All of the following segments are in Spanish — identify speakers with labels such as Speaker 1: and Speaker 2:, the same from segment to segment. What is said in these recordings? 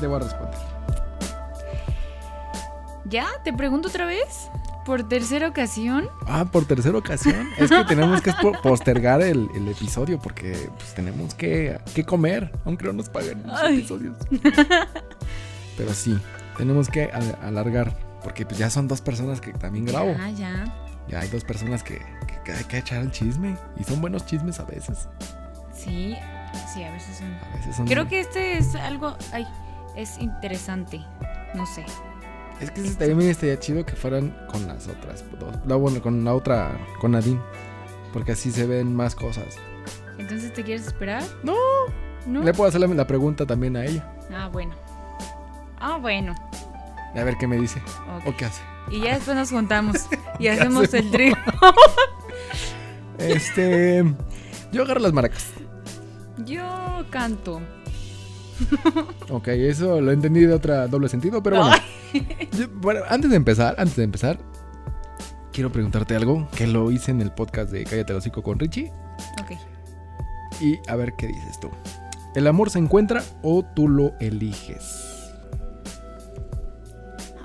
Speaker 1: te voy a responder.
Speaker 2: ¿Ya? ¿Te pregunto otra vez? ¿Por tercera ocasión?
Speaker 1: Ah, por tercera ocasión. Es que tenemos que po- postergar el, el episodio porque pues, tenemos que, que comer, aunque no nos paguen los
Speaker 2: Ay.
Speaker 1: episodios. Pero sí, tenemos que al- alargar porque pues, ya son dos personas que también grabo.
Speaker 2: Ah, ya.
Speaker 1: Ya hay dos personas que, que- que hay que echar el chisme y son buenos chismes a veces.
Speaker 2: Sí, sí, a veces son.
Speaker 1: A veces son.
Speaker 2: Creo que este es algo. Ay, es interesante. No sé.
Speaker 1: Es que ese también estaría chido que fueran con las otras dos. No, bueno, con la otra, con Nadine. Porque así se ven más cosas.
Speaker 2: Entonces, ¿te quieres esperar?
Speaker 1: No.
Speaker 2: ¿No?
Speaker 1: Le puedo hacer la, la pregunta también a ella.
Speaker 2: Ah, bueno. Ah, bueno.
Speaker 1: A ver qué me dice.
Speaker 2: ok.
Speaker 1: ¿O qué hace?
Speaker 2: Y ya después nos juntamos y
Speaker 1: ¿Qué
Speaker 2: hacemos el
Speaker 1: hacemos?
Speaker 2: trío.
Speaker 1: Este. Yo agarro las maracas.
Speaker 2: Yo canto.
Speaker 1: Ok, eso lo entendí de otra doble sentido, pero bueno. Yo- bueno, antes de empezar, antes de empezar, quiero preguntarte algo que lo hice en el podcast de Cállate el hocico con Richie.
Speaker 2: Ok.
Speaker 1: Y a ver qué dices tú. ¿El amor se encuentra o tú lo eliges?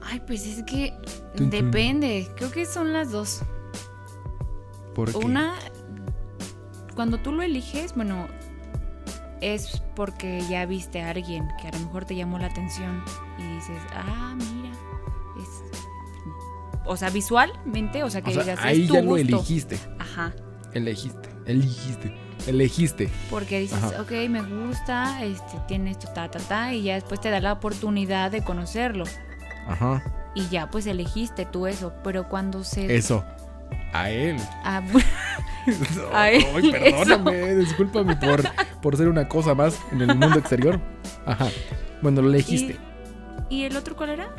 Speaker 2: Ay, pues es que
Speaker 1: Tun, tun.
Speaker 2: depende. Creo que son las dos.
Speaker 1: Porque
Speaker 2: Una, cuando tú lo eliges, bueno, es porque ya viste a alguien que a lo mejor te llamó la atención y dices, ah, mira, es... O sea, visualmente, o sea, que
Speaker 1: o sea,
Speaker 2: digas,
Speaker 1: ahí
Speaker 2: es tu
Speaker 1: ya lo
Speaker 2: gusto.
Speaker 1: eligiste.
Speaker 2: Ajá,
Speaker 1: Elegiste, elegiste, elegiste.
Speaker 2: porque dices,
Speaker 1: Ajá.
Speaker 2: ok, me gusta, este, tiene esto, ta, ta, ta, y ya después te da la oportunidad de conocerlo.
Speaker 1: Ajá.
Speaker 2: Y ya, pues, elegiste tú eso. Pero cuando se...
Speaker 1: Eso. A él.
Speaker 2: Ah, A
Speaker 1: Ay,
Speaker 2: él,
Speaker 1: perdóname, discúlpame por, por ser una cosa más en el mundo exterior. Ajá. Bueno, lo elegiste.
Speaker 2: ¿Y el otro cuál era?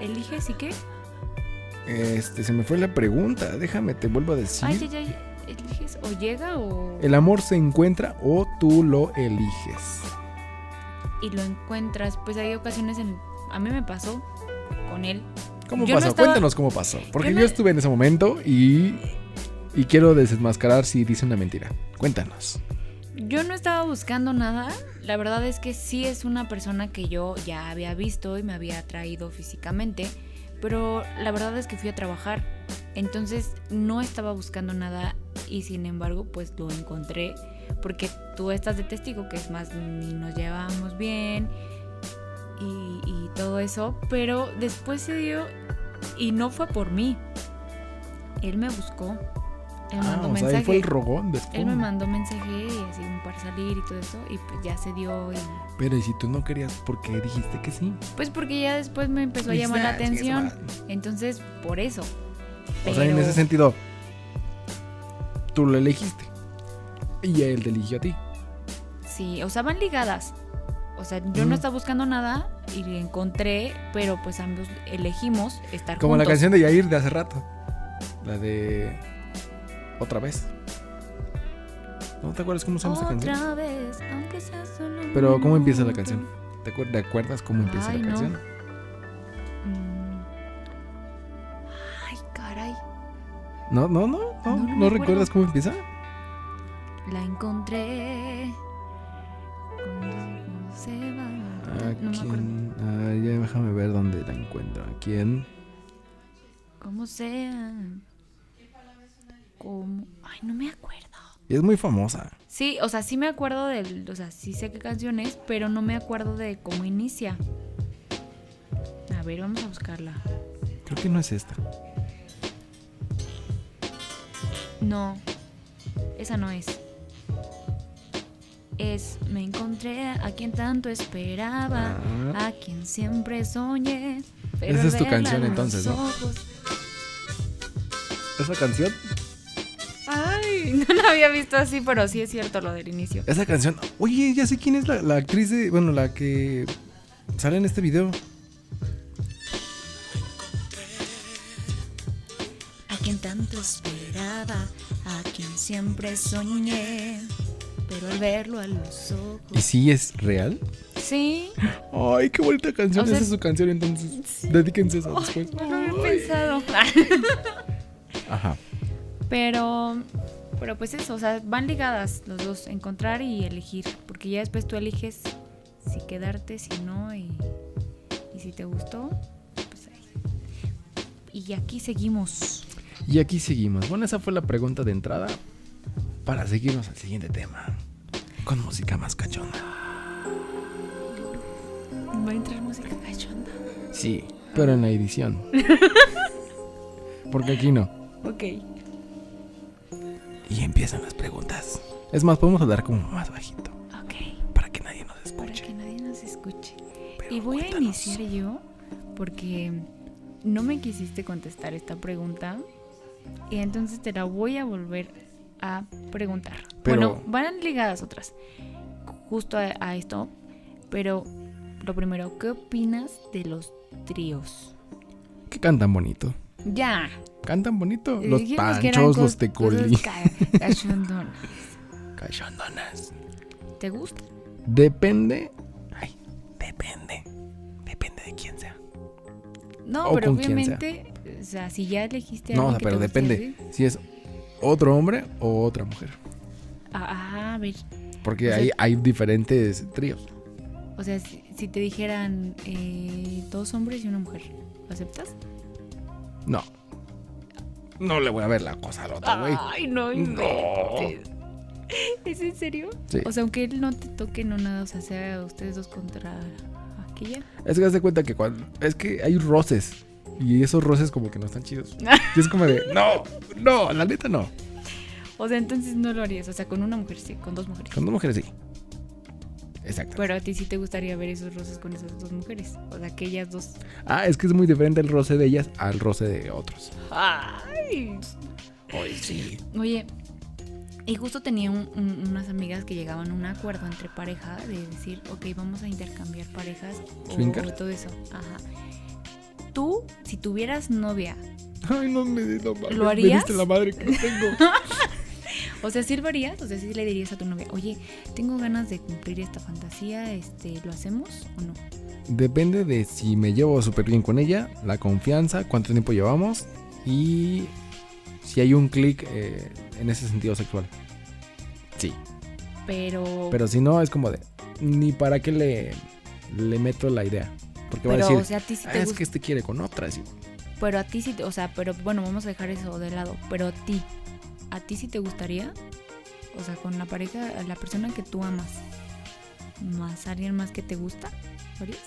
Speaker 2: ¿Eliges y qué?
Speaker 1: Este, se me fue la pregunta. Déjame, te vuelvo a decir.
Speaker 2: Ay, ay, ay. ¿Eliges o llega o.?
Speaker 1: ¿El amor se encuentra o tú lo eliges?
Speaker 2: Y lo encuentras. Pues hay ocasiones en. A mí me pasó con él.
Speaker 1: ¿Cómo
Speaker 2: Yo no
Speaker 1: pasó?
Speaker 2: estaba-
Speaker 1: Cuéntanos cómo pasó. Porque yo,
Speaker 2: no-
Speaker 1: estuve en ese momento y, y quiero desenmascarar si dice una mentira. Cuéntanos.
Speaker 2: Yo no estaba buscando nada. La verdad es que sí es una persona que yo ya había visto y me había atraído físicamente. Pero la verdad es que fui a trabajar. Entonces no estaba buscando nada y sin embargo pues lo encontré. Porque tú estás de testigo que es más ni nos llevábamos bien y, y todo eso. Pero después se dio y no fue por mí. Él me buscó. Él
Speaker 1: Ah,
Speaker 2: mandó
Speaker 1: o sea,
Speaker 2: mensaje.
Speaker 1: él fue el rogón después.
Speaker 2: Él me mandó mensaje y así un par salir y todo eso y pues ya se dio y-
Speaker 1: Pero ¿y si tú no querías, ¿por qué dijiste que sí? Pues, ah,
Speaker 2: pues porque ya después me empezó a llamar Pues la atención. Entonces, por eso.
Speaker 1: O sea, en
Speaker 2: Pero-
Speaker 1: ese sentido, tú lo elegiste. Y él te eligió a ti.
Speaker 2: Sí, o sea, van ligadas. O sea, yo
Speaker 1: Ujú.
Speaker 2: no estaba buscando nada y le encontré, pero pues ambos elegimos estar
Speaker 1: Como la
Speaker 2: juntos.
Speaker 1: canción de Yair de hace rato. La de. Otra vez. ¿No te acuerdas cómo se llama esa canción?
Speaker 2: Otra vez, aunque sea solo un
Speaker 1: Pero, ¿cómo empieza la
Speaker 2: minuto.
Speaker 1: canción? ¿Te acuer- te acuerdas cómo empieza
Speaker 2: Ay,
Speaker 1: la
Speaker 2: no.
Speaker 1: canción?
Speaker 2: Mm. Ay, caray.
Speaker 1: No, no, no, no.
Speaker 2: No, no
Speaker 1: ¿No,
Speaker 2: me
Speaker 1: recuerdas
Speaker 2: acuerdo.
Speaker 1: cómo empieza?
Speaker 2: La encontré. Cuando se va.
Speaker 1: ¿A
Speaker 2: No me acuerdo.
Speaker 1: quién? Ah, ya déjame ver dónde la encuentro. ¿A quién?
Speaker 2: Como sea. Como. Ay, no me acuerdo.
Speaker 1: Y es muy famosa.
Speaker 2: Sí, o sea, sí me acuerdo del. O sea, sí sé qué canción es, pero no me acuerdo de cómo inicia. A ver, vamos a buscarla.
Speaker 1: Creo que no es esta.
Speaker 2: No, esa no es. Es me encontré a quien tanto esperaba,
Speaker 1: Ah.
Speaker 2: a quien siempre soñé. pero
Speaker 1: Esa
Speaker 2: al
Speaker 1: es tu
Speaker 2: verla
Speaker 1: canción,
Speaker 2: en
Speaker 1: entonces,
Speaker 2: los
Speaker 1: ¿no?
Speaker 2: ojos-
Speaker 1: ¿Esa canción?
Speaker 2: Ay, no la había visto así, pero sí es cierto lo del inicio.
Speaker 1: Esa canción. Oye, ya sé quién es la, la actriz de. Bueno, la que sale en este video.
Speaker 2: A quien tanto esperaba, a quien siempre soñé, pero al verlo a los
Speaker 1: ¿Y
Speaker 2: ojos.
Speaker 1: sí es real?
Speaker 2: Sí,
Speaker 1: Ay, qué bonita canción.
Speaker 2: O sea,
Speaker 1: Esa es su canción, entonces. Dedíquense a eso después.
Speaker 2: no lo había
Speaker 1: Ay.
Speaker 2: pensado.
Speaker 1: Ajá.
Speaker 2: Pero, pero pues eso, o sea, van ligadas los dos, encontrar y elegir, porque ya después tú eliges si quedarte, si no, y, y si te gustó, pues ahí. Y aquí seguimos.
Speaker 1: Y aquí seguimos. Bueno, esa fue la pregunta de entrada para seguirnos al siguiente tema. Con música más cachonda.
Speaker 2: Va a entrar música cachonda.
Speaker 1: Sí, pero en la edición. Porque aquí no.
Speaker 2: Ok.
Speaker 1: Y empiezan las preguntas. Es más, podemos hablar como más bajito.
Speaker 2: Ok.
Speaker 1: Para que nadie nos
Speaker 2: Para
Speaker 1: escuche.
Speaker 2: que nadie nos escuche.
Speaker 1: Pero
Speaker 2: Y voy a
Speaker 1: cuéntanos.
Speaker 2: iniciar yo porque no me quisiste contestar esta pregunta y entonces te la voy a volver a preguntar.
Speaker 1: Pero-
Speaker 2: Bueno, van ligadas otras justo a, a esto, pero lo primero, ¿qué opinas de los tríos?
Speaker 1: Que cantan bonito.
Speaker 2: Ya.
Speaker 1: Cantan bonito. Los
Speaker 2: dijimos que eran
Speaker 1: panchos, los
Speaker 2: cos-
Speaker 1: tecolí.
Speaker 2: cosas ca- cachondonas.
Speaker 1: Cachondonas.
Speaker 2: ¿Te gusta?
Speaker 1: Depende. Ay, depende. Depende de quién sea.
Speaker 2: No,
Speaker 1: O
Speaker 2: pero
Speaker 1: con quien sea.
Speaker 2: obviamente, o sea, si ya elegiste a
Speaker 1: No, o
Speaker 2: alguien
Speaker 1: sea,
Speaker 2: que
Speaker 1: pero
Speaker 2: te guste
Speaker 1: depende.
Speaker 2: así-
Speaker 1: Si es otro hombre o otra mujer.
Speaker 2: Ah, a ver,
Speaker 1: Porque
Speaker 2: O sea-
Speaker 1: hay, hay diferentes tríos.
Speaker 2: O sea, si, si te dijeran eh, dos hombres y una mujer, ¿lo aceptas?
Speaker 1: No. No le voy a ver la cosa al otro, Ah, güey.
Speaker 2: Ay, no, inventes. ¿Es en serio?
Speaker 1: Sí.
Speaker 2: O sea, aunque él no te toque, no nada, o sea, sea ustedes dos contra aquella.
Speaker 1: Es que haz de cuenta que cuando. Es que hay roces. Y esos roces como que no están chidos. Y es como de. No, no, la neta no.
Speaker 2: O sea, entonces no lo harías, o sea, con una mujer sí, con dos mujeres.
Speaker 1: Con dos mujeres sí. Exacto.
Speaker 2: Pero a ti sí te gustaría ver esos roces con esas dos mujeres, o sea, aquellas dos.
Speaker 1: Ah, es que es muy diferente el roce de ellas al roce de otros.
Speaker 2: ¡Ay!
Speaker 1: Hoy sí.
Speaker 2: Oye, y justo tenía un- un- unas amigas que llegaban a un acuerdo entre pareja de decir, ok, vamos a intercambiar parejas
Speaker 1: ¿Swinger?
Speaker 2: o todo eso. Ajá. Tú, si tuvieras novia,
Speaker 1: Ay, no me no mames,
Speaker 2: ¿Lo
Speaker 1: me
Speaker 2: harías?
Speaker 1: diste la madre que no tengo.
Speaker 2: o sea, ¿sí lo harías? O sea, si le dirías a tu novia, oye, tengo ganas de cumplir esta fantasía, este, ¿lo hacemos o no?
Speaker 1: Depende de si me llevo súper bien con ella, la confianza, cuánto tiempo llevamos y si hay un clic eh, en ese sentido sexual. Sí.
Speaker 2: Pero,
Speaker 1: Pero si no, es como de. Ni para qué le, le meto la idea. Porque va a
Speaker 2: pero,
Speaker 1: decir.
Speaker 2: o sea, a ti sí
Speaker 1: "Ah,
Speaker 2: te
Speaker 1: es
Speaker 2: gusta.
Speaker 1: que este quiere con otra. sí".
Speaker 2: Pero a ti sí, te- o sea, pero bueno, vamos a dejar eso de lado. Pero a ti, ¿a ti sí te gustaría? O sea, con la pareja, la persona que tú amas, más alguien más que te gusta, ¿lo harías?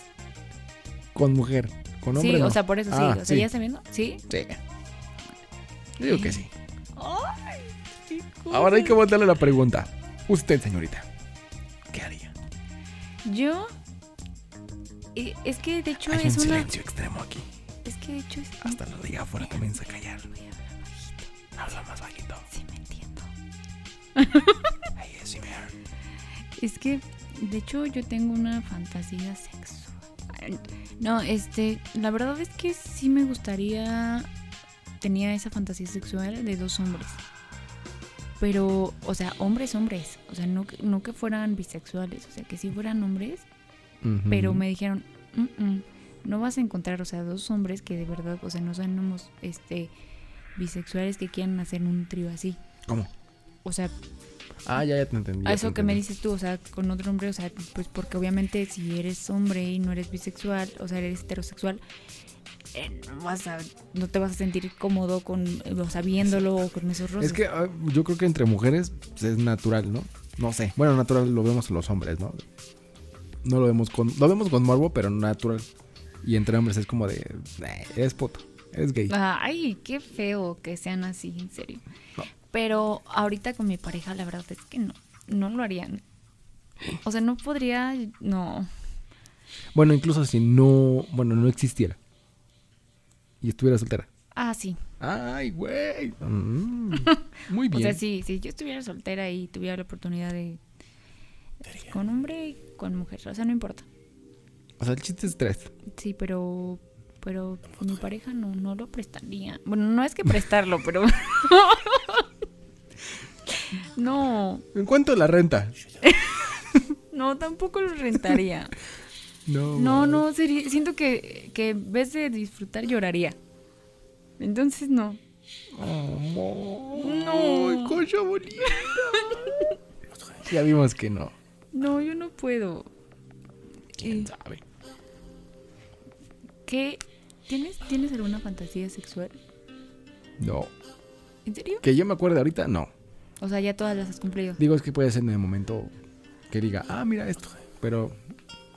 Speaker 1: Con mujer. Con hombre.
Speaker 2: Sí,
Speaker 1: no.
Speaker 2: o sea, por eso sí.
Speaker 1: Ah,
Speaker 2: o sea,
Speaker 1: sí.
Speaker 2: ya sabiendo, ¿sí?
Speaker 1: Sí. Digo que sí.
Speaker 2: ¡Ay! qué cosa!
Speaker 1: Ahora hay que voltearle la pregunta. Usted, señorita. ¿Qué haría?
Speaker 2: Yo. eh, Es que de hecho
Speaker 1: Hay un
Speaker 2: es una.
Speaker 1: silencio extremo aquí.
Speaker 2: Es que de hecho es.
Speaker 1: Hasta la de afuera comienza a callar.
Speaker 2: Voy a hablar bajito,
Speaker 1: Habla más bajito.
Speaker 2: sí me entiendo.
Speaker 1: Ahí es
Speaker 2: Es que, de hecho, yo tengo una fantasía sexual. No, este, la verdad es que sí me gustaría. Tenía esa fantasía sexual de dos hombres. Pero, o sea, hombres, hombres. O sea, no, que- no que fueran bisexuales. O sea, que sí fueran hombres. Pero me dijeron, "Mm, mm, no vas a encontrar, o sea, dos hombres que de verdad, o sea, no sean homos- este, bisexuales que quieran hacer un trío así.
Speaker 1: ¿Cómo?
Speaker 2: O sea,
Speaker 1: Ah, ya, ya te entendí.
Speaker 2: a
Speaker 1: ya
Speaker 2: eso
Speaker 1: te
Speaker 2: que me
Speaker 1: entendí.
Speaker 2: dices tú, o sea, con otro hombre, o sea, pues porque obviamente si eres hombre y no eres bisexual, o sea, eres heterosexual, eh, no, vas a, no te vas a sentir cómodo con, o sea, viéndolo o con esos roces.
Speaker 1: Es que ah, yo creo que entre mujeres pues, es natural, ¿no? No sé. Bueno, natural lo vemos los hombres, ¿no? No lo vemos con. Lo vemos con morbo, pero natural. Y entre hombres es como de. "Eh, "Nah, eres puto. Eres gay.
Speaker 2: Ah. Ay, qué feo que sean así, en serio.
Speaker 1: No.
Speaker 2: Pero ahorita con mi pareja, la verdad es que no, no lo harían. O sea, no podría, no.
Speaker 1: Bueno, incluso si no. Bueno, no existiera. Y estuviera soltera.
Speaker 2: Ah, sí.
Speaker 1: ¡Ay, güey! Mm, muy bien.
Speaker 2: O sea, sí, si yo estuviera soltera y tuviera la oportunidad de... Con hombre y con mujer, o sea, no importa.
Speaker 1: O sea, el chiste es tres.
Speaker 2: Sí, pero pero mi pareja no no lo prestaría. Bueno, no es que prestarlo, pero No,
Speaker 1: ¿En cuánto la renta?
Speaker 2: no tampoco lo rentaría.
Speaker 1: No.
Speaker 2: No, no, sería, siento que que en vez de disfrutar lloraría. Entonces no.
Speaker 1: No.
Speaker 2: No.
Speaker 1: coño bonita. ya vimos que no.
Speaker 2: No, yo no puedo.
Speaker 1: quién sabe.
Speaker 2: ¿Qué? ¿Tienes, ¿Tienes alguna fantasía sexual?
Speaker 1: No.
Speaker 2: ¿En serio?
Speaker 1: Que yo me acuerde ahorita, no.
Speaker 2: O sea, ya todas las has cumplido.
Speaker 1: Digo, es que puede ser en el momento que diga, ah, mira esto. Pero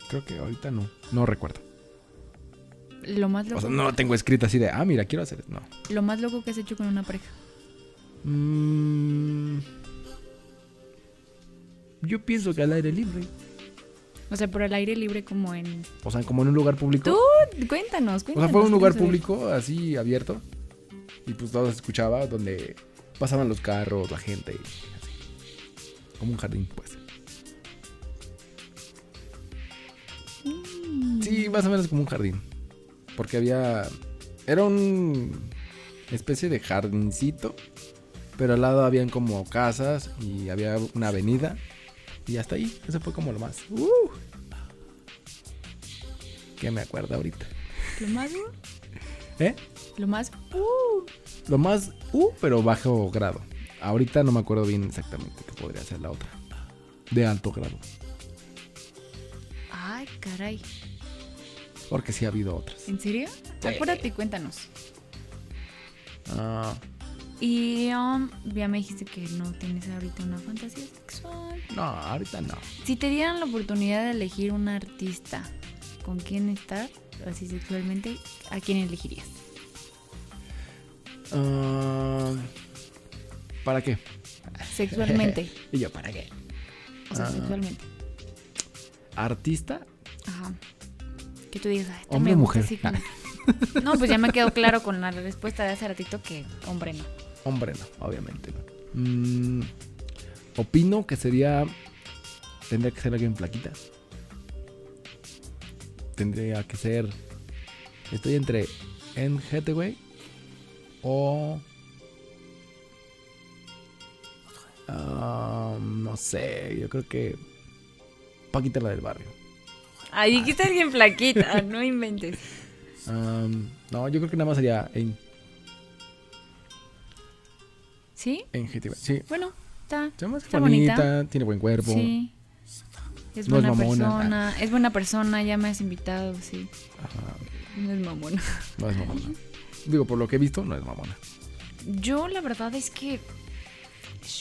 Speaker 1: creo que ahorita no. No recuerdo.
Speaker 2: Lo más loco,
Speaker 1: O sea, no lo tengo escrito así de, ah, mira, quiero hacer esto. No.
Speaker 2: lo más loco que has hecho con una pareja.
Speaker 1: Mm. yo pienso que al aire libre.
Speaker 2: O sea, por el aire libre como en...
Speaker 1: O sea, como en un lugar público.
Speaker 2: Tú, cuéntanos, cuéntanos.
Speaker 1: O sea, fue un lugar
Speaker 2: queremos saber.
Speaker 1: público, así abierto. Y pues todo se escuchaba, donde pasaban los carros, la gente. y así. Como un jardín, pues. Sí, más o menos como un jardín. Porque había. Era un. Especie de jardincito. Pero al lado habían como casas y había una avenida. Y hasta ahí. Eso fue como lo más. ¡Uh! Que me acuerdo ahorita.
Speaker 2: Lo más...
Speaker 1: ¿Eh?
Speaker 2: Lo más... Uh,
Speaker 1: Lo más U, pero bajo grado. Ahorita no me acuerdo bien exactamente qué podría ser la otra. De alto grado.
Speaker 2: Ay, caray.
Speaker 1: Porque sí ha habido otras.
Speaker 2: ¿En serio? Acuérdate y cuéntanos.
Speaker 1: Ah,
Speaker 2: Y um, ya me dijiste que no tienes ahorita una fantasía sexual.
Speaker 1: no, ahorita no.
Speaker 2: Si te dieran la oportunidad de elegir un artista con quién estar, así sexualmente, ¿a quién elegirías?
Speaker 1: Ah, ¿Para qué?
Speaker 2: Sexualmente.
Speaker 1: ¿Y yo para qué?
Speaker 2: O sea,
Speaker 1: Ah.
Speaker 2: sexualmente.
Speaker 1: ¿Artista?
Speaker 2: Ajá. Que tú digas, "Ay, esta
Speaker 1: Hombre o
Speaker 2: me
Speaker 1: mujer.
Speaker 2: gusta así como-". No, pues ya me quedó claro con la respuesta de hace ratito que hombre no.
Speaker 1: Hombre, no, obviamente no. Mm, opino que sería. Tendría que ser alguien plaquita. Tendría que ser. Estoy entre Anne Hathaway o. ah, no sé, yo creo que. Paquita la del barrio.
Speaker 2: Ahí dijiste alguien flaquita, no inventes.
Speaker 1: Am, Um, no, yo creo que nada más sería Anne,
Speaker 2: ¿Sí?
Speaker 1: Anne Hathaway. Sí,
Speaker 2: Bueno, está.
Speaker 1: se me hace
Speaker 2: Está
Speaker 1: bonita,
Speaker 2: bonita.
Speaker 1: tiene buen cuerpo.
Speaker 2: Sí. Es
Speaker 1: No es
Speaker 2: buena
Speaker 1: mamona.
Speaker 2: persona. Es buena persona, ya me has invitado, sí.
Speaker 1: Ajá,
Speaker 2: No es mamona.
Speaker 1: no es mamona. Digo, por lo que he visto, no es mamona.
Speaker 2: Yo la verdad es que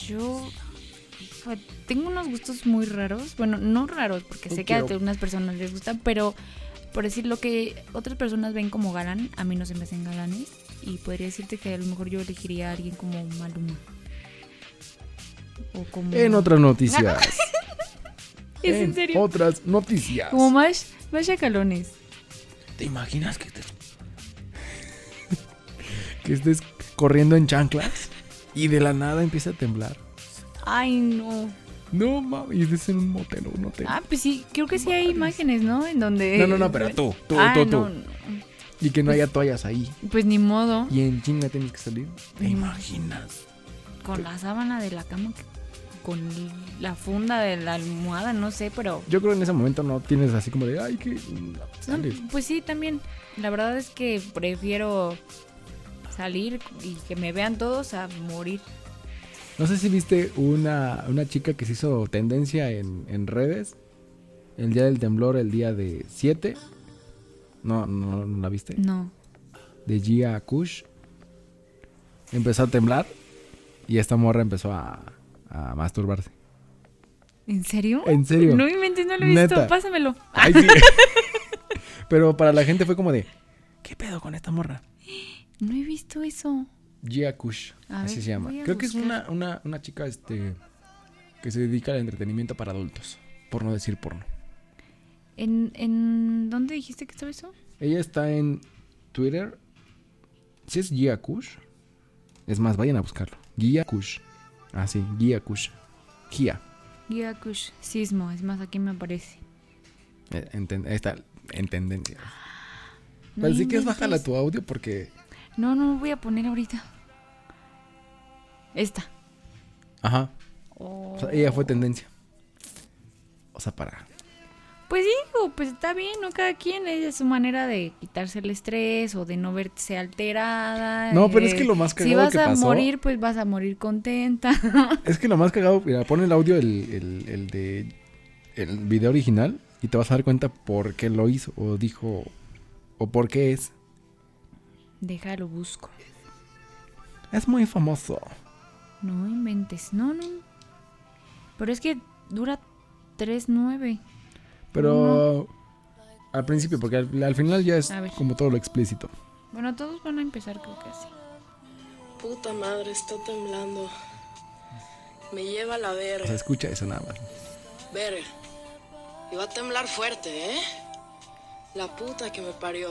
Speaker 2: yo hijo, tengo unos gustos muy raros. Bueno, no raros, porque
Speaker 1: Yo
Speaker 2: sé que a
Speaker 1: quiero-
Speaker 2: algunas personas les gusta, pero por decir lo que otras personas ven como galán, a mí no se me hacen galanes. Y podría decirte que a lo mejor yo elegiría a alguien como Maluma. O como...
Speaker 1: En otras noticias.
Speaker 2: ¿Es en serio?
Speaker 1: Otras noticias.
Speaker 2: Como más, más chacalones.
Speaker 1: ¿Te imaginas que estés... que estés corriendo en chanclas y de la nada empieza a temblar?
Speaker 2: Ay, no.
Speaker 1: No mames, y estés en un motel o un hotel.
Speaker 2: Ah, pues sí, creo que sí hay imágenes, ¿no? En donde...
Speaker 1: no, no, no, pero tú, tú,
Speaker 2: Ah,
Speaker 1: tú, tú.
Speaker 2: no, no.
Speaker 1: Y que no haya toallas ahí.
Speaker 2: Pues ni modo.
Speaker 1: Y en China tienes que salir. ¿Te
Speaker 2: Mm.
Speaker 1: imaginas?
Speaker 2: Con la sábana de la cama, que- con la funda de la almohada, no sé, pero...
Speaker 1: Yo creo que en ese momento no tienes así como de, ay, que...
Speaker 2: no,
Speaker 1: sales.
Speaker 2: pues sí, también. La verdad es que prefiero salir y que me vean todos a morir.
Speaker 1: No sé si viste una, una chica que se hizo tendencia en, en redes. El día del temblor, el día de 7. No, no, no la viste.
Speaker 2: No.
Speaker 1: De Gia Kush. Empezó a temblar. Y esta morra empezó a, a masturbarse.
Speaker 2: ¿En serio?
Speaker 1: ¿En serio?
Speaker 2: No inventes, no lo he visto.
Speaker 1: Neta.
Speaker 2: Pásamelo. Ah,
Speaker 1: Ay, sí. Pero para la gente fue como de: ¿Qué pedo con esta morra?
Speaker 2: No he visto eso.
Speaker 1: Gia Kush.
Speaker 2: A
Speaker 1: así
Speaker 2: ver,
Speaker 1: se llama.
Speaker 2: voy a
Speaker 1: Creo que es
Speaker 2: buscar.
Speaker 1: una, una, una chica este, que se dedica al entretenimiento para adultos. Por no decir porno.
Speaker 2: ¿En, en dónde dijiste que estaba eso?
Speaker 1: Ella está en Twitter. Si es Gia Kush. Es más, vayan a buscarlo. Gia Kush. Ah, sí, Gia Kush. Gia.
Speaker 2: Gigakush, sismo, es más, aquí me aparece.
Speaker 1: Eh, En, ten- ahí está en tendencia.
Speaker 2: No
Speaker 1: Así que es
Speaker 2: inventes.
Speaker 1: bájala tu audio porque.
Speaker 2: No, no, voy a poner ahorita. Esta.
Speaker 1: Ajá.
Speaker 2: Oh.
Speaker 1: O sea, ella fue tendencia. O sea, para.
Speaker 2: Pues digo, pues está bien, ¿no? Cada quien es su manera de quitarse el estrés o de no verse alterada.
Speaker 1: No, pero es
Speaker 2: eh,
Speaker 1: que lo más
Speaker 2: Si
Speaker 1: cagado
Speaker 2: vas
Speaker 1: que
Speaker 2: a
Speaker 1: pasó-
Speaker 2: morir, pues vas a morir contenta.
Speaker 1: Es que lo más cagado, mira, pone el audio el, el, el de. El video original. Y te vas a dar cuenta por qué lo hizo o dijo o por qué es.
Speaker 2: Déjalo, busco.
Speaker 1: Es muy famoso.
Speaker 2: No inventes, no, no. Pero es que dura 3.9.
Speaker 1: Pero al principio, porque al, al final ya es
Speaker 2: A ver.
Speaker 1: como todo lo explícito.
Speaker 2: Bueno, todos van a empezar creo que así.
Speaker 3: Puta madre, está temblando. Me lleva a la
Speaker 1: O sea,
Speaker 3: verga.
Speaker 1: escucha eso nada más.
Speaker 3: Verga. Y va a temblar fuerte, ¿eh? La puta que me parió.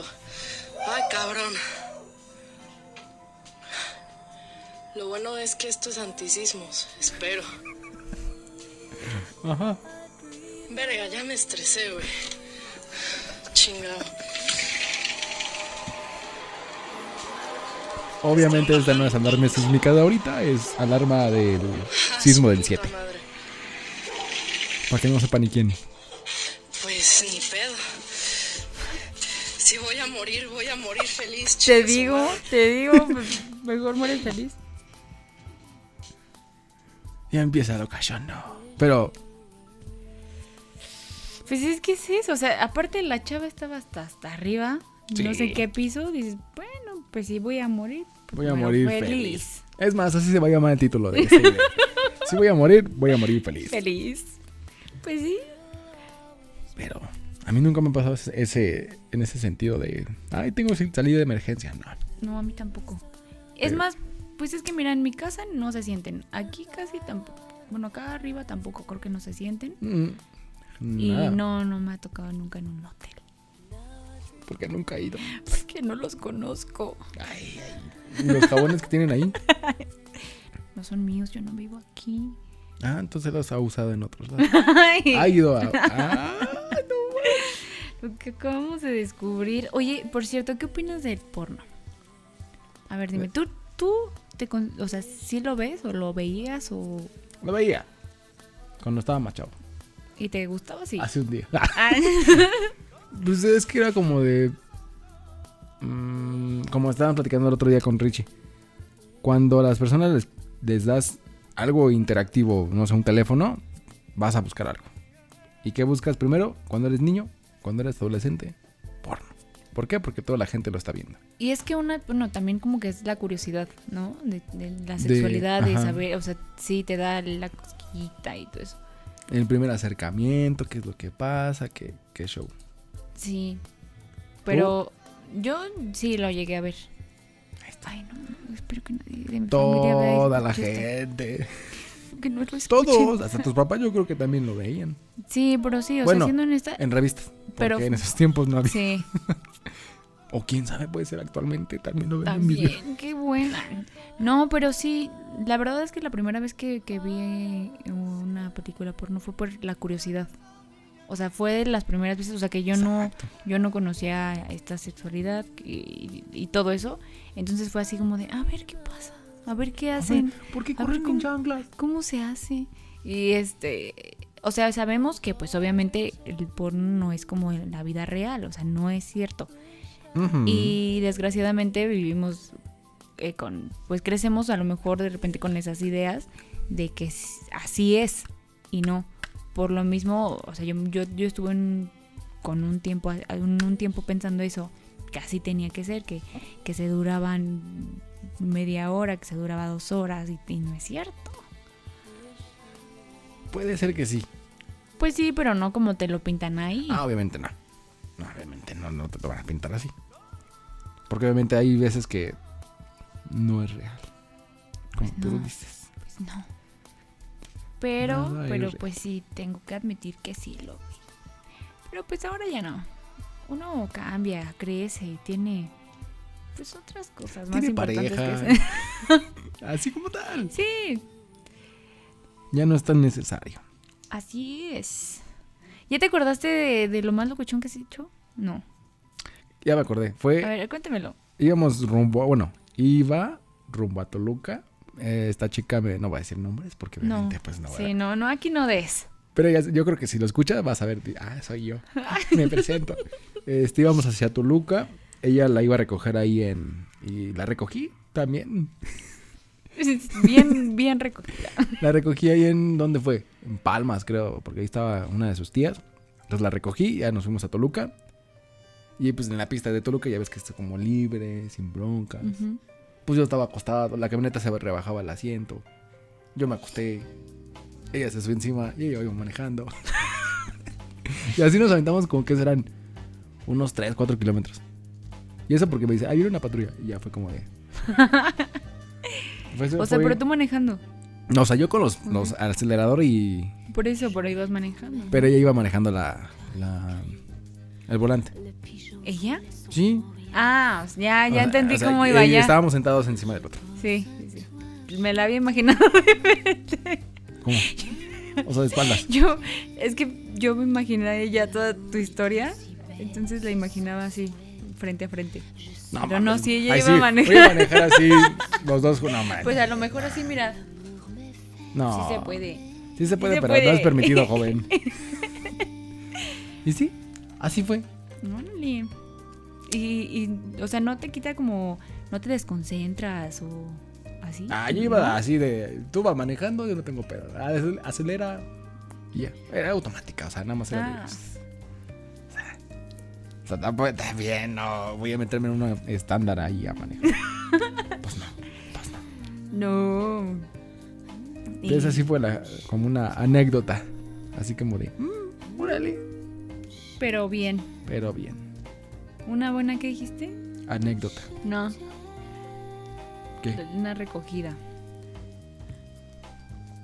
Speaker 3: Ay, cabrón. Lo bueno es que esto es antisismos, espero.
Speaker 1: Ajá.
Speaker 3: Verga, ya me estresé, güey. Chingado.
Speaker 1: Obviamente esta no es alarma sísmica de ahorita, es alarma del sismo
Speaker 3: Ah,
Speaker 1: del
Speaker 3: su puta
Speaker 1: 7.
Speaker 3: madre.
Speaker 1: Para que no sepa ni quién.
Speaker 3: Pues ni pedo. Si voy a morir, voy a morir feliz.
Speaker 2: Te
Speaker 3: chinga su
Speaker 2: digo,
Speaker 3: madre.
Speaker 2: te digo, me- mejor mueres feliz.
Speaker 1: Ya empieza la ocasión, no. Pero
Speaker 2: Pues es que es eso, o sea, aparte la chava estaba hasta, hasta arriba, no sé
Speaker 1: Sí.
Speaker 2: qué piso, dices, bueno, pues si voy a morir, pues
Speaker 1: voy a
Speaker 2: muero
Speaker 1: morir feliz. Es más, así se va a llamar el título de este video. si voy a morir, voy a morir feliz.
Speaker 2: Feliz. Pues sí.
Speaker 1: Pero a mí nunca me ha pasado ese, en ese sentido de, ay, tengo que salir de emergencia. No.
Speaker 2: No, a mí tampoco. Es
Speaker 1: Pero-
Speaker 2: más, pues es que mira, en mi casa no se sienten. Aquí casi tampoco. Bueno, acá arriba tampoco creo que no se sienten.
Speaker 1: Mm, nada,
Speaker 2: Y no, no me ha tocado nunca en un hotel.
Speaker 1: Porque nunca he ido.
Speaker 2: Porque no los conozco.
Speaker 1: Ay, ay. ¿Y los jabones que tienen ahí.
Speaker 2: No son míos, yo no vivo aquí.
Speaker 1: Ah, entonces los ha usado en otros lados.
Speaker 2: Ay,
Speaker 1: Ha ido a... Ah,
Speaker 2: lo que acabamos de descubrir. Oye, por cierto, ¿qué opinas del porno? A ver,
Speaker 1: Eh.
Speaker 2: dime, ¿tú, tú te con- o sea, sí lo ves o lo veías o
Speaker 1: lo veía. Cuando estaba más chavo.
Speaker 2: y te gustaba así?
Speaker 1: Hace un día. Pues es que era como de. mm, como estaban platicando el otro día con Richie. Cuando a las personas les, les das algo interactivo, no sé, un teléfono, vas a buscar algo. ¿Y qué buscas primero? Cuando eres niño, cuando eres adolescente, porno. ¿Por qué? Porque toda la gente lo está viendo.
Speaker 2: Y es que una, bueno, también como que es la curiosidad, ¿no? De, de la
Speaker 1: De-
Speaker 2: sexualidad, de,
Speaker 1: ajá.
Speaker 2: saber, o sea, sí te da la cosquillita y todo eso.
Speaker 1: El primer acercamiento, qué es lo que pasa, qué, qué show.
Speaker 2: Sí.
Speaker 1: Oh.
Speaker 2: Pero yo sí lo llegué a ver. Ay, no, no, espero que nadie de mi familia vea y
Speaker 1: Toda la
Speaker 2: escuche esto.
Speaker 1: gente.
Speaker 2: Que no lo escuchen.
Speaker 1: Todos, hasta tus papás yo creo que también lo veían.
Speaker 2: Sí, pero sí, o sea,
Speaker 1: Bueno,
Speaker 2: siendo honesta.
Speaker 1: En revistas. Porque
Speaker 2: Pero-
Speaker 1: en esos tiempos no había.
Speaker 2: Sí,
Speaker 1: O quién sabe, puede ser actualmente también lo ven en video.
Speaker 2: también. Qué buena. No, pero sí, la verdad es que la primera vez que, que vi eh, una película porno fue por la curiosidad. O sea, fue de las primeras veces, o sea, que yo no,
Speaker 1: Exacto.
Speaker 2: yo no conocía esta sexualidad y, y todo eso. Entonces fue así como de, a ver qué pasa, a ver qué hacen.
Speaker 1: ¿Por qué
Speaker 2: Ah, A ver corren con cómo-
Speaker 1: chanclas?
Speaker 2: ¿Cómo se hace? Y este, o sea, sabemos que pues obviamente el porno no es como en la vida real, o sea, no es cierto. Y desgraciadamente vivimos eh, con, pues crecemos a lo mejor de repente con esas ideas de que s- así es y no. Por lo mismo, o sea, yo, yo, yo estuve en- con un tiempo, a- un, un tiempo pensando eso, que así tenía que ser, que, que se duraban media hora, que se duraba dos horas y- y no es cierto.
Speaker 1: Puede ser que sí.
Speaker 2: Pues sí, pero no como te lo pintan ahí.
Speaker 1: Ah, obviamente no. No, obviamente no, no te lo van a pintar así. Porque obviamente hay veces que no es real. Como
Speaker 2: Pues
Speaker 1: tú
Speaker 2: no.
Speaker 1: dices.
Speaker 2: Pues no. Pero,
Speaker 1: Nada es
Speaker 2: pero
Speaker 1: real.
Speaker 2: pues sí, tengo que admitir que sí lo vi. Pero pues ahora ya no. Uno cambia, crece y tiene pues otras cosas más
Speaker 1: Tiene
Speaker 2: importantes
Speaker 1: pareja.
Speaker 2: que hacer.
Speaker 1: así como tal.
Speaker 2: Sí,
Speaker 1: Ya no es tan necesario.
Speaker 2: así es. ¿Ya te acordaste de, de lo más locuchón que has hecho? No.
Speaker 1: Ya me acordé.
Speaker 2: A
Speaker 1: Fue
Speaker 2: ver, cuéntamelo.
Speaker 1: íbamos rumbo, a- bueno, iba rumbo a Toluca. Eh, esta chica me, no va a decir nombres porque
Speaker 2: No.
Speaker 1: obviamente pues no va a
Speaker 2: sí, no, no, aquí no des.
Speaker 1: Pero ella- yo creo que si lo escuchas vas a ver, di- ah, soy yo. Me presento. Este, íbamos hacia Toluca. Ella la iba a recoger ahí en... Y la recogí también.
Speaker 2: Bien, bien recogida.
Speaker 1: La recogí ahí en... ¿Dónde fue? En Palmas, creo, porque ahí estaba una de sus tías. Entonces la recogí, ya nos fuimos a Toluca. Y pues en la pista de Toluca ya ves que está como libre, sin broncas.
Speaker 2: Ujú.
Speaker 1: Pues yo estaba acostado, la camioneta se rebajaba el asiento. Yo me acosté. Ella se subió encima y yo iba manejando. y así nos aventamos como que serán unos 3, 4 kilómetros. Y eso porque me dice, ah, viene una patrulla. Y ya fue como de... Fue-
Speaker 2: O sea,
Speaker 1: fue-
Speaker 2: pero tú manejando.
Speaker 1: No, o sea, yo con los, los acelerador y...
Speaker 2: Por eso, por ahí vas manejando.
Speaker 1: Pero ella iba manejando la... la el volante.
Speaker 2: ¿Ella?
Speaker 1: Sí.
Speaker 2: Ah, o sea, ya,
Speaker 1: O
Speaker 2: ya
Speaker 1: sea,
Speaker 2: entendí
Speaker 1: o sea,
Speaker 2: cómo
Speaker 1: y-
Speaker 2: iba
Speaker 1: y
Speaker 2: ya.
Speaker 1: Estábamos sentados encima del otro.
Speaker 2: Sí, sí, sí. Pues Me la había imaginado diferente.
Speaker 1: ¿Cómo? O sea, de espaldas.
Speaker 2: Yo, es que yo me imaginé ya toda tu historia, entonces la imaginaba así, frente a frente. Pero no,
Speaker 1: mames.
Speaker 2: si ella
Speaker 1: Ay,
Speaker 2: iba
Speaker 1: sí,
Speaker 2: a manejar.
Speaker 1: voy a manejar así los dos. No, man.
Speaker 2: Pues a lo mejor así, mira,
Speaker 1: no.
Speaker 2: sí se puede.
Speaker 1: Sí se puede,
Speaker 2: se
Speaker 1: pero no
Speaker 2: puede.
Speaker 1: es permitido, joven. ¿Y sí? Así fue.
Speaker 2: Órale. Y, y, o sea, no te quita como, no te desconcentras o así.
Speaker 1: Ah, yo iba así de. Tú vas manejando, yo no tengo pedo. Acel- Acelera. Y ya. Era automática, o sea, nada más era de.
Speaker 2: Ah.
Speaker 1: O sea, tampoco está bien, no. Voy a meterme en una estándar ahí a manejar. Pues no. Pues no.
Speaker 2: No. Y-
Speaker 1: Entonces así fue la, como una anécdota. Así como de. "Mm, órale.
Speaker 2: Pero bien.
Speaker 1: Pero bien.
Speaker 2: ¿Una buena que dijiste?
Speaker 1: Anécdota.
Speaker 2: No.
Speaker 1: ¿Qué?
Speaker 2: Una recogida.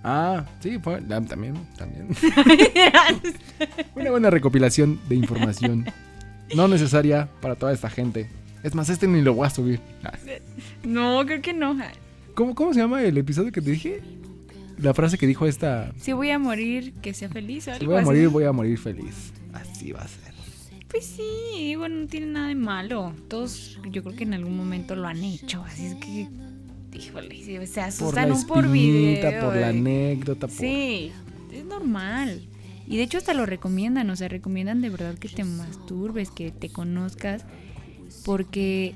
Speaker 1: Ah, sí, fue, la- también, también. Una buena recopilación de información. No necesaria para toda esta gente. Es más, este ni lo voy a subir. Ah,
Speaker 2: No, creo que no.
Speaker 1: ¿Cómo, cómo se llama el episodio que te dije? La frase que dijo esta...
Speaker 2: Si voy a morir, que sea feliz o algo
Speaker 1: Si voy a
Speaker 2: así.
Speaker 1: morir, voy a morir feliz. Así va a ser.
Speaker 2: Pues sí, bueno, no tiene nada de malo. Todos, yo creo que en algún momento lo han hecho. Así es que, híjole, se- se
Speaker 1: Por la
Speaker 2: asustan un por
Speaker 1: espinita,
Speaker 2: video.
Speaker 1: por, la
Speaker 2: eh.
Speaker 1: anécdota, por...
Speaker 2: Sí, es normal. Y de hecho hasta lo recomiendan, o sea, recomiendan de verdad que te masturbes, que te conozcas, porque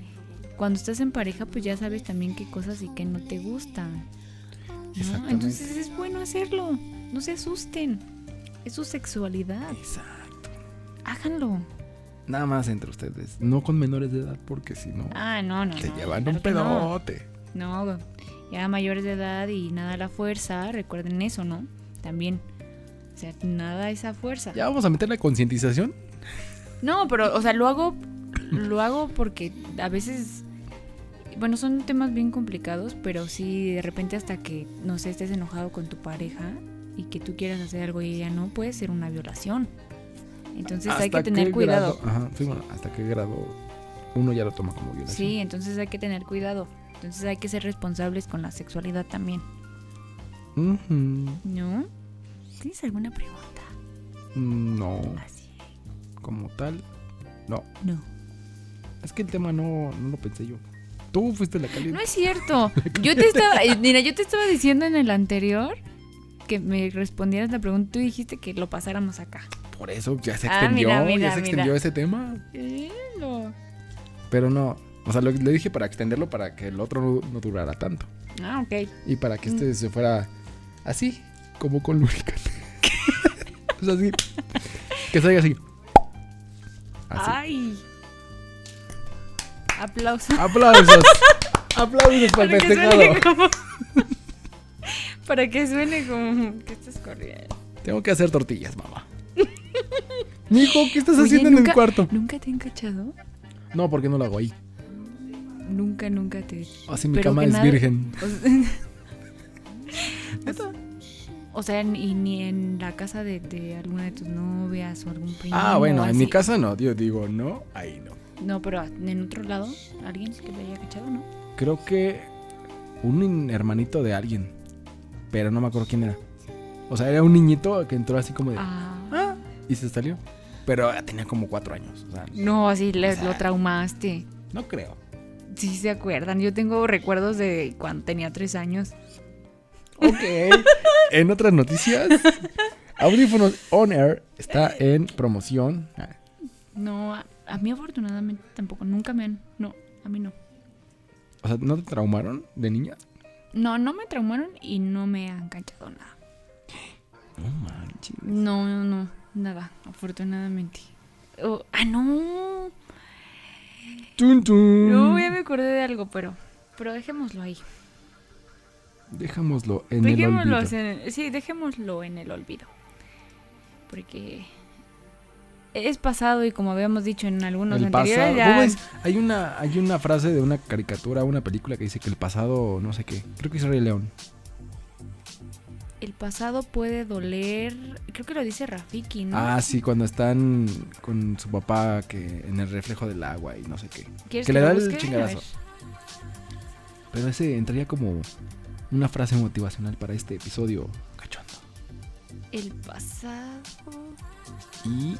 Speaker 2: cuando estás en pareja pues ya sabes también qué cosas y qué no te gustan. ¿no?
Speaker 1: Exactamente.
Speaker 2: Entonces es bueno hacerlo, no se asusten, es su sexualidad,
Speaker 1: Exacto.
Speaker 2: háganlo.
Speaker 1: Nada más entre ustedes. No con menores de edad, porque si no,
Speaker 2: Ah, no, no.
Speaker 1: te
Speaker 2: no,
Speaker 1: llevan
Speaker 2: claro
Speaker 1: un
Speaker 2: que no.
Speaker 1: pedote.
Speaker 2: No, ya mayores de edad y nada a la fuerza, recuerden eso, ¿no? También. O sea, nada a esa fuerza.
Speaker 1: Ya vamos a meter la concientización.
Speaker 2: No, pero, o sea, lo hago, lo hago porque a veces, bueno, son temas bien complicados, pero sí, de repente hasta que, no sé, estés enojado con tu pareja y que tú quieras hacer algo y ella no, puede ser una violación. Entonces hay que
Speaker 1: ¿Hasta
Speaker 2: tener
Speaker 1: qué
Speaker 2: cuidado.
Speaker 1: grado? Ajá, sí, bueno, hasta qué grado uno ya lo toma como violación.
Speaker 2: Sí, entonces hay que tener cuidado. Entonces hay que ser responsables con la sexualidad también,
Speaker 1: Ujú.
Speaker 2: ¿no? ¿Tienes alguna pregunta?
Speaker 1: No,
Speaker 2: Así.
Speaker 1: como tal. No,
Speaker 2: No.
Speaker 1: es que el tema no, no lo pensé yo. Tú fuiste la
Speaker 2: No
Speaker 1: caliente.
Speaker 2: es cierto. Yo te estaba, eh, mira, yo te estaba diciendo en el anterior que me respondieras la pregunta. Tú dijiste que lo pasáramos acá.
Speaker 1: Por eso ya se
Speaker 2: Ah,
Speaker 1: extendió,
Speaker 2: mira, mira,
Speaker 1: ya se
Speaker 2: mira.
Speaker 1: extendió ese tema. Pero no, o sea, lo, le dije para extenderlo para que el otro no, no durara tanto.
Speaker 2: Ah, ok.
Speaker 1: Y para que
Speaker 2: Mm.
Speaker 1: este se fuera así, como con lubricante. o sea, así. Que salga así. Así.
Speaker 2: Ay. Aplausos.
Speaker 1: Aplausos. Aplausos para el festejado.
Speaker 2: suene como. Para que suene como que estás corriendo.
Speaker 1: Tengo que hacer tortillas, mamá. Mijo, ¿qué estás
Speaker 2: Oye,
Speaker 1: haciendo en
Speaker 2: ¿nunca-
Speaker 1: el cuarto?
Speaker 2: ¿Nunca te he encachado?
Speaker 1: No, porque no lo hago ahí.
Speaker 2: Nunca, nunca te.
Speaker 1: Así Ah, mi
Speaker 2: Pero
Speaker 1: cama
Speaker 2: que
Speaker 1: es
Speaker 2: nada-
Speaker 1: virgen.
Speaker 2: O sea, o sea, y ni en la casa de, de alguna de tus novias o algún primo.
Speaker 1: Ah, bueno,
Speaker 2: o
Speaker 1: en mi
Speaker 2: así.
Speaker 1: casa no. Yo digo, no, ahí no.
Speaker 2: No, pero en otro lado, alguien que te haya cachado, ¿no?
Speaker 1: Creo que un hermanito de alguien. Pero no me acuerdo quién era. O sea, era un niñito que entró así como de.
Speaker 2: Ah.
Speaker 1: "Ah", y se salió. Pero tenía como cuatro años. O sea,
Speaker 2: No, así le-
Speaker 1: O sea-
Speaker 2: lo traumaste.
Speaker 1: no creo.
Speaker 2: Sí, se acuerdan. Yo tengo recuerdos de cuando tenía tres años.
Speaker 1: Ok. en otras noticias, Audífonos On Air está en promoción. Ah,
Speaker 2: No, a, a mí afortunadamente tampoco. Nunca me han. No, a mí no.
Speaker 1: O sea, ¿no te traumaron de niña?
Speaker 2: No, no me traumaron y no me han cachado nada.
Speaker 1: No manches.
Speaker 2: No, no, no. Nada, afortunadamente. Oh, ah, no.
Speaker 1: Tun, tun.
Speaker 2: No, ya me acordé de algo, pero. Pero dejémoslo ahí.
Speaker 1: Dejémoslo en el
Speaker 2: Dejémoslo
Speaker 1: olvido.
Speaker 2: en- sí, dejémoslo en el olvido. Porque es pasado y como habíamos dicho en algunos
Speaker 1: El
Speaker 2: anteriores,
Speaker 1: pasado.
Speaker 2: ya
Speaker 1: ¿Cómo es? Hay una, hay una frase de una caricatura, una película que dice que el pasado, no sé qué. Creo que es Rey León.
Speaker 2: el pasado puede doler. Creo que lo dice Rafiki, ¿no?
Speaker 1: Ah, sí, cuando están con su papá que en el reflejo del agua y no sé qué.
Speaker 2: ¿Quieres
Speaker 1: que le
Speaker 2: lo
Speaker 1: da el
Speaker 2: busque? A
Speaker 1: chingadazo.
Speaker 2: ver.
Speaker 1: Pero ese entraría como una frase motivacional para este episodio cachondo.
Speaker 2: El pasado.
Speaker 1: Y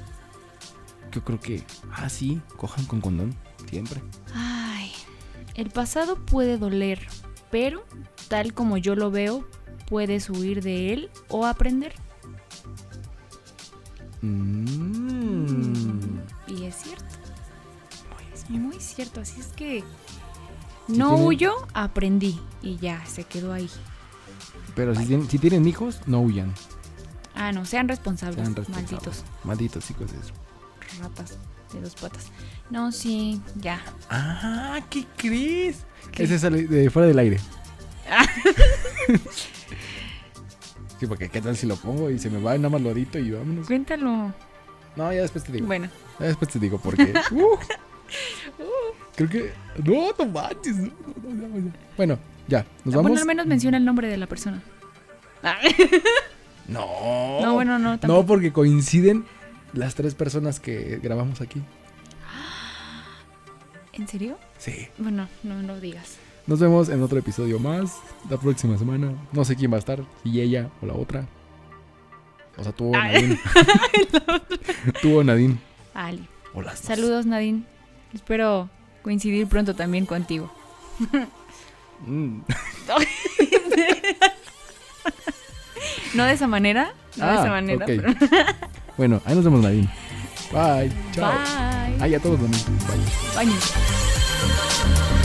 Speaker 1: yo creo que, ah, sí, cojan con condón, siempre.
Speaker 2: Ay, el pasado puede doler, pero tal como yo lo veo, puedes huir de él o aprender.
Speaker 1: Mm.
Speaker 2: Y es cierto. Es muy cierto, así es que
Speaker 1: Sí
Speaker 2: no
Speaker 1: tiene-
Speaker 2: huyo, aprendí y ya se quedó ahí.
Speaker 1: Pero si tienen, si tienen hijos, no huyan.
Speaker 2: Ah, no, sean responsables,
Speaker 1: Sean responsables.
Speaker 2: malditos
Speaker 1: Malditos chicos de eso.
Speaker 2: ratas de dos patas. No, sí, ya.
Speaker 1: Ah, ¿qué crees?
Speaker 2: ¿Qué?
Speaker 1: Ese sale de fuera del aire. sí, porque qué tal si lo pongo y se me va nada más lo edito y vámonos.
Speaker 2: Cuéntalo.
Speaker 1: No, ya después te digo.
Speaker 2: Bueno,
Speaker 1: Ya después te digo por qué. Uh. creo que. No, no manches. no, no, no, no, no. Bueno, ya, nos vamos.
Speaker 2: bueno, al menos menciona el nombre de la persona. Ah,
Speaker 1: No.
Speaker 2: No, bueno, no, tampoco.
Speaker 1: No, porque coinciden las tres personas que grabamos aquí.
Speaker 2: ¿En serio?
Speaker 1: Sí.
Speaker 2: Bueno, no lo digas.
Speaker 1: Nos vemos en otro episodio más. La próxima semana. No sé quién va a estar. Si ella o la otra. O sea, tú o
Speaker 2: Ah.
Speaker 1: Nadine. tú o Nadine.
Speaker 2: Ali.
Speaker 1: O las dos.
Speaker 2: Saludos, Nadine. Espero coincidir pronto también contigo.
Speaker 1: Mm.
Speaker 2: No de esa manera, no de
Speaker 1: Ah,
Speaker 2: esa manera.
Speaker 1: ok.
Speaker 2: pero-
Speaker 1: Bueno, ahí nos vemos, Nadine. Bye. Chao.
Speaker 2: Bye.
Speaker 1: Ay, a todos también. Bye.
Speaker 2: Baños.
Speaker 3: Bye.